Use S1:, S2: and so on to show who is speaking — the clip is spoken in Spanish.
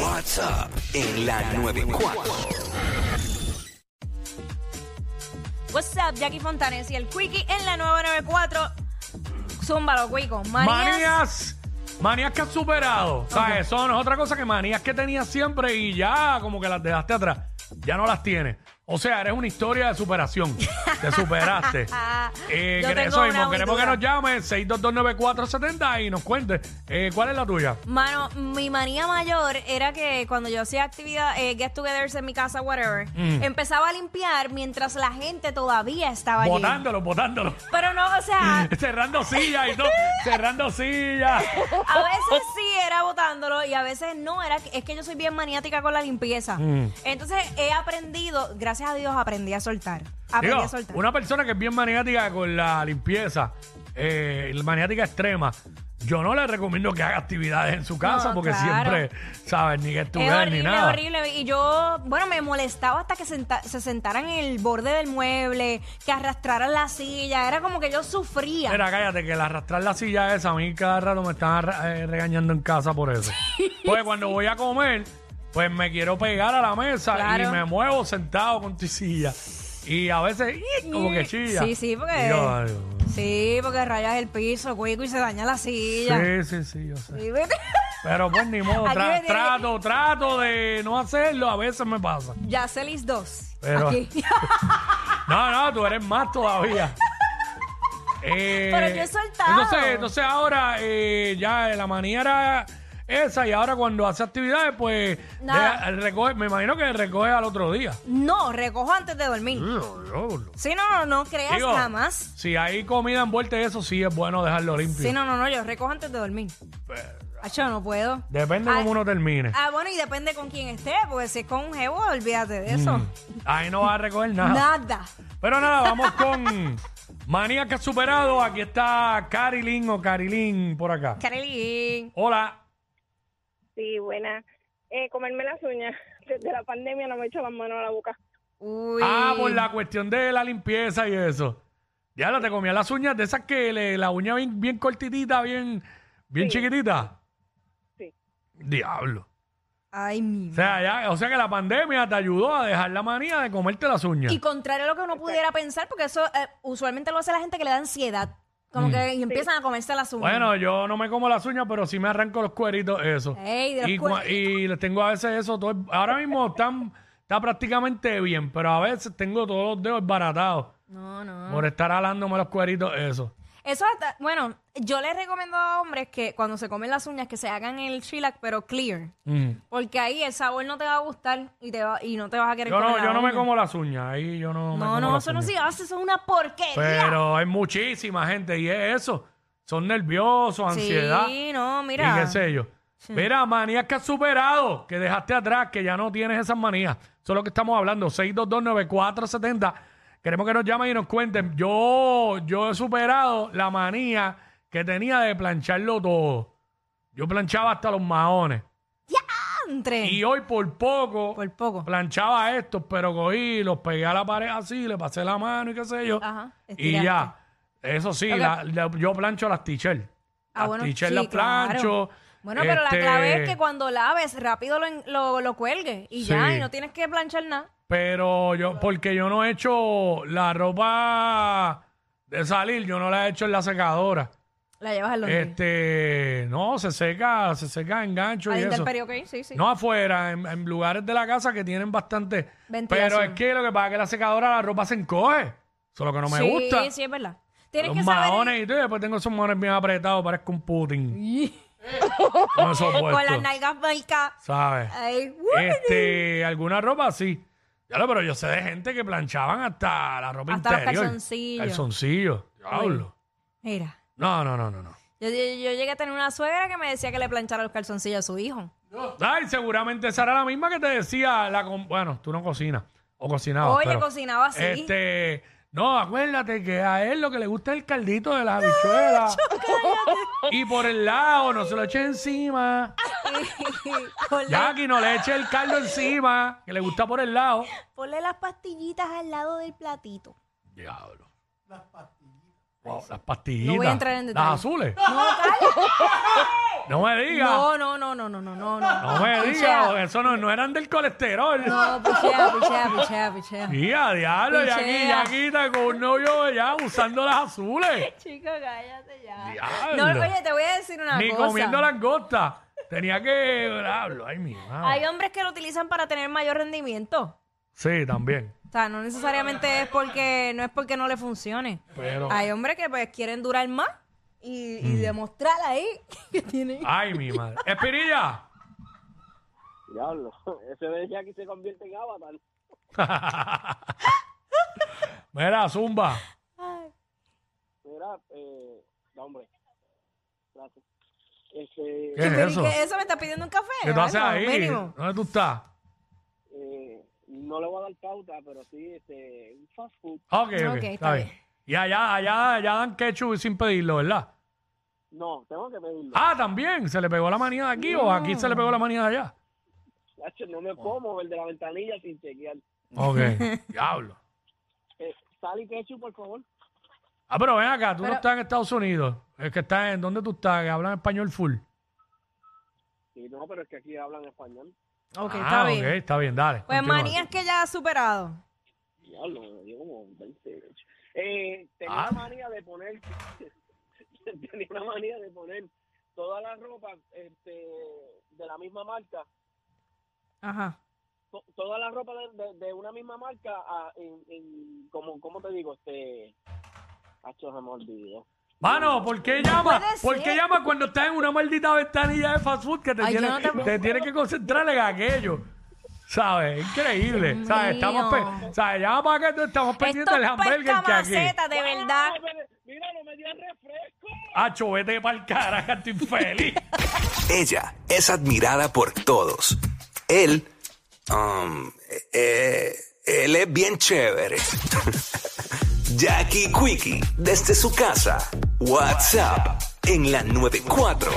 S1: What's up en la 94.
S2: What's up, Jackie Fontanes y el Quickie en la 994. Zúmbalo, Cuico. Manías.
S3: Manías. Manías que has superado. O sea, eso no es otra cosa que manías que tenías siempre y ya como que las dejaste atrás. Ya no las tienes. O sea, eres una historia de superación. Te superaste. Eh,
S2: Yo
S3: quere-
S2: tengo
S3: eso
S2: una
S3: mismo.
S2: muy
S3: Queremos que
S2: dura.
S3: nos llames 6229470 y nos cuentes eh, cuál es la tuya.
S2: Mano, mi manía mayor era que cuando yo hacía actividad, eh, get togethers en mi casa, whatever,
S3: Mm.
S2: empezaba a limpiar mientras la gente todavía estaba allí.
S3: Botándolo, botándolo.
S2: Pero no, o sea,
S3: Cerrando sillas y todo. Cerrando sillas.
S2: A veces sí era botándolo y a veces no. Era, que- es que yo soy bien maniática con la limpieza.
S3: Mm.
S2: Entonces he aprendido, gracias a Dios, aprendí a soltar. Aprendí
S3: Digo,
S2: a soltar.
S3: una persona que es bien maniática con la limpieza, eh, maniática extrema, yo no le recomiendo que haga actividades en su casa
S2: No,
S3: porque
S2: claro.
S3: siempre, ¿sabes? Ni que
S2: Es
S3: estudiar ni
S2: horrible,
S3: nada.
S2: horrible. Y yo, bueno, me molestaba hasta que senta- se sentaran en el borde del mueble, que arrastraran la silla. Era como que yo sufría.
S3: Mira, cállate, que el arrastrar la silla esa, a mí cada rato me están arra- eh, regañando en casa por eso. Porque cuando voy a comer, pues me quiero pegar a la mesa
S2: Claro.
S3: y me muevo sentado con tu silla. Y a veces, ¡ih! como que chilla.
S2: Sí, sí, porque-
S3: Y yo, ay,
S2: Sí, porque rayas el piso, cuico, y se daña la silla.
S3: sí, sí, sí, yo sé.
S2: Sí, vete.
S3: Pero pues ni modo,
S2: Aquí
S3: tra-
S2: me tiene-
S3: trato, trato de no hacerlo, a veces me pasa.
S2: Ya Celis 2.
S3: Pero-
S2: Aquí.
S3: No, no, tú eres más todavía. Eh,
S2: Pero yo he soltado.
S3: Entonces, entonces ahora eh, ya la manía era esa y ahora cuando hace actividades, pues
S2: Nada.
S3: deja- recoge- me imagino que recoge al otro día.
S2: no, recojo antes de dormir. Sí, no, no, no creas
S3: Digo,
S2: jamás.
S3: Si hay comida envuelta y eso, sí es bueno dejarlo limpio.
S2: Sí, no, no, no, yo recojo antes de dormir. Acho, no puedo.
S3: Depende
S2: Ay.
S3: cómo uno termine.
S2: Ah, bueno, y depende con quién esté, porque si es con un jevo, olvídate de eso.
S3: Ahí no va a recoger nada.
S2: Nada.
S3: Pero nada, vamos con manía que ha superado. Aquí está Carilyn o Carilyn por acá.
S2: Karelin.
S3: Hola.
S4: Sí, buena. Eh, comerme las uñas. Desde la pandemia no me he hecho las manos a la boca.
S2: Uy.
S3: Ah, por la cuestión de la limpieza y eso. Ya te comía las uñas de esas que le- la uña bien, bien cortitita, bien, bien chiquitita.
S4: Sí.
S3: Diablo.
S2: Ay, mi.
S3: O
S2: madre.
S3: sea, ya- o sea que la pandemia te ayudó a dejar la manía de comerte las uñas.
S2: Y contrario a lo que uno pudiera pensar, porque eso eh, usualmente lo hace la gente que le da ansiedad. Como que y empiezan a comerse las uñas.
S3: Mm. Bueno, yo no me como las uñas, pero sí me arranco los cueritos, eso.
S2: Ey, de los
S3: y, cua-
S2: cueritos.
S3: y les tengo a veces eso. Todo, ahora mismo están, está prácticamente bien, pero a veces tengo todos los dedos baratados
S2: No, no.
S3: por estar alándome los cueritos, eso.
S2: Eso hasta, bueno, yo les recomiendo a hombres que cuando se comen las uñas que se hagan el shellac, pero clear.
S3: Mm.
S2: Porque ahí el sabor no te va a gustar y, te va- y no te vas a querer
S3: Yo no,
S2: comer la
S3: yo no me
S2: uña.
S3: como las uñas, ahí yo no me
S2: No,
S3: como
S2: no,
S3: las
S2: eso no
S3: uñas.
S2: se hace, eso es una porquería.
S3: Pero hay muchísima gente y es eso. Son nerviosos, ansiedad
S2: Sí, no,
S3: y
S2: mira.
S3: qué sé yo. Mira, manías que has superado, que dejaste atrás, que ya no tienes esas manías. Eso es lo que estamos hablando, 6229470. Queremos que nos llamen y nos cuenten. Yo, yo he superado la manía que tenía de plancharlo todo. Yo planchaba hasta los maones.
S2: Entre.
S3: Y hoy por poco...
S2: Por poco.
S3: planchaba estos, pero cogí, los pegué a la pared así, le pasé la mano y qué sé yo.
S2: Ajá,
S3: y
S2: estiraste.
S3: ya. Eso sí,
S2: Ok.
S3: la- la- yo plancho las t-shirts.
S2: Ah,
S3: las
S2: bueno,
S3: t-shirts
S2: sí,
S3: las plancho.
S2: claro. Bueno, pero la
S3: este,
S2: clave es que cuando laves, rápido lo, en- lo, lo cuelgues y ya,
S3: Sí.
S2: y no tienes que planchar nada.
S3: Pero yo, porque yo no he hecho la ropa de salir, yo no la he hecho en la secadora.
S2: La llevas al laundry.
S3: Este, no, se seca, se seca en gancho
S2: Al
S3: y eso.
S2: intemperio, ok, sí, sí.
S3: No afuera, en, en lugares de la casa que tienen bastante. Pero
S2: Ventilación.
S3: es que lo que pasa es que la secadora la ropa se encoge. Eso es lo que no me
S2: sí,
S3: gusta.
S2: Sí, es verdad. Tienes
S3: Los
S2: que saber.
S3: maones y todo, y después tengo esos maones bien apretados, parezco un Putin. Con esos
S2: Con las
S3: puestos,
S2: nalgas marcadas.
S3: ¿sabes?
S2: Ay, uh,
S3: Este, alguna ropa así. Ya lo, pero yo sé de gente que planchaban hasta la ropa
S2: Hasta los
S3: interior.
S2: calzoncillos.
S3: Calzoncillos, diablo.
S2: Mira.
S3: No, no, no, no, no.
S2: Yo, yo- yo llegué a tener una suegra que me decía que le planchara los calzoncillos a su hijo.
S3: Ay, seguramente esa era la misma que te decía la com- bueno, tú no cocinas o cocinabas.
S2: Oye,
S3: pero,
S2: cocinaba así.
S3: Este, no, acuérdate que a él lo que le gusta es el caldito de las habichuelas. y por el lado, no se lo eches encima.
S2: ponle,
S3: Jackie, no le eche el caldo encima, que le gusta por el lado.
S2: ponle las pastillitas al lado del platito.
S3: Diablo. Wow, las pastillitas.
S2: No voy a entrar en detalle.
S3: Las azules. No, me digas. No,
S2: No, no, no, no, no, no, no. No,
S3: me
S2: Pichea.
S3: digas. Eso no, no eran del colesterol.
S2: No, pichea, pichea, pichea, pichea.
S3: Tía, diablo,
S2: Pichea.
S3: Jackie, Jackie está con un novio ya usando las azules.
S2: Chico, cállate ya. No,
S3: Diablo.
S2: oye, te voy a decir una
S3: Ni
S2: cosa.
S3: comiendo langosta. Tenía que. Diablo, ay, mi madre.
S2: Hay hombres que lo utilizan para tener mayor rendimiento.
S3: Sí, también.
S2: O sea, no necesariamente es porque no es porque no le funcione.
S3: Pero.
S2: Hay hombres que pues quieren durar más y,
S3: Mm.
S2: y demostrar ahí que tienen.
S3: Ay, mi madre. Espirilla.
S5: Diablo, ese de Jackie se convierte en Avatar.
S3: Mira, zumba.
S5: Mira, eh, no, hombre. Gracias. Este,
S3: ¿Qué es
S2: Pero, ¿y
S3: eso?
S2: qué? ¿Eso me está pidiendo un café?
S3: ¿Qué tú haces
S2: Algo
S3: ahí?
S2: mínimo.
S3: ¿Dónde tú estás?
S5: eh, no le voy a dar pauta, pero sí, este, un fast food.
S2: Ok,
S3: Ok, ok. está
S2: está
S3: bien.
S2: bien.
S3: Y allá, allá, allá dan ketchup sin pedirlo, ¿verdad?
S5: No, tengo que pedirlo.
S3: Ah, también. ¿Se le pegó la manía de aquí o aquí se le pegó la manía de allá?
S5: Nacho, no me como el de la ventanilla sin chequear.
S3: Ok. Diablo.
S5: Eh, sal y ketchup, por favor.
S3: Ah, pero ven acá, tú no
S2: Pero-
S3: estás en Estados Unidos. Es que estás en. ¿Dónde tú estás? Que hablan español full.
S5: Sí, no, pero es que aquí hablan español.
S2: Ok,
S3: ah,
S2: está bien.
S3: ok, está bien, dale.
S2: Pues
S3: continúa.
S2: manías que ya ha superado.
S5: Diablo, me dio como 20. Eh, tenía
S3: Ah.
S5: una manía de poner, tenía una manía de poner toda la ropa este, de la misma marca
S2: Ajá.
S5: to- toda la ropa de, de- de una misma marca a- en, en- como cómo te digo este Hacho, se me olvidó
S3: Mano, ¿por qué llama?
S2: puede
S3: ¿Por
S2: ser.
S3: qué llama cuando estás en una maldita ventanilla de fast food que te
S2: Ay, yo
S3: tienes
S2: no te-
S3: te tienes que concentrar en aquello? ¿Sabes? Increíble.
S2: Dios
S3: ¿Sabes? Estamos
S2: mío.
S3: pe- ¿Sabes? Llama para acá, estamos pendientes del Pues, hamburger que aquí.
S2: pescamaceta, de verdad.
S5: Ah, pero- mira no me dio refresco
S3: Acho, vete para el carajo, estoy infeliz.
S1: Ella es admirada por todos. Él, um, eh, él es bien chévere. Jackie Quickie, desde su casa. WhatsApp en la 94.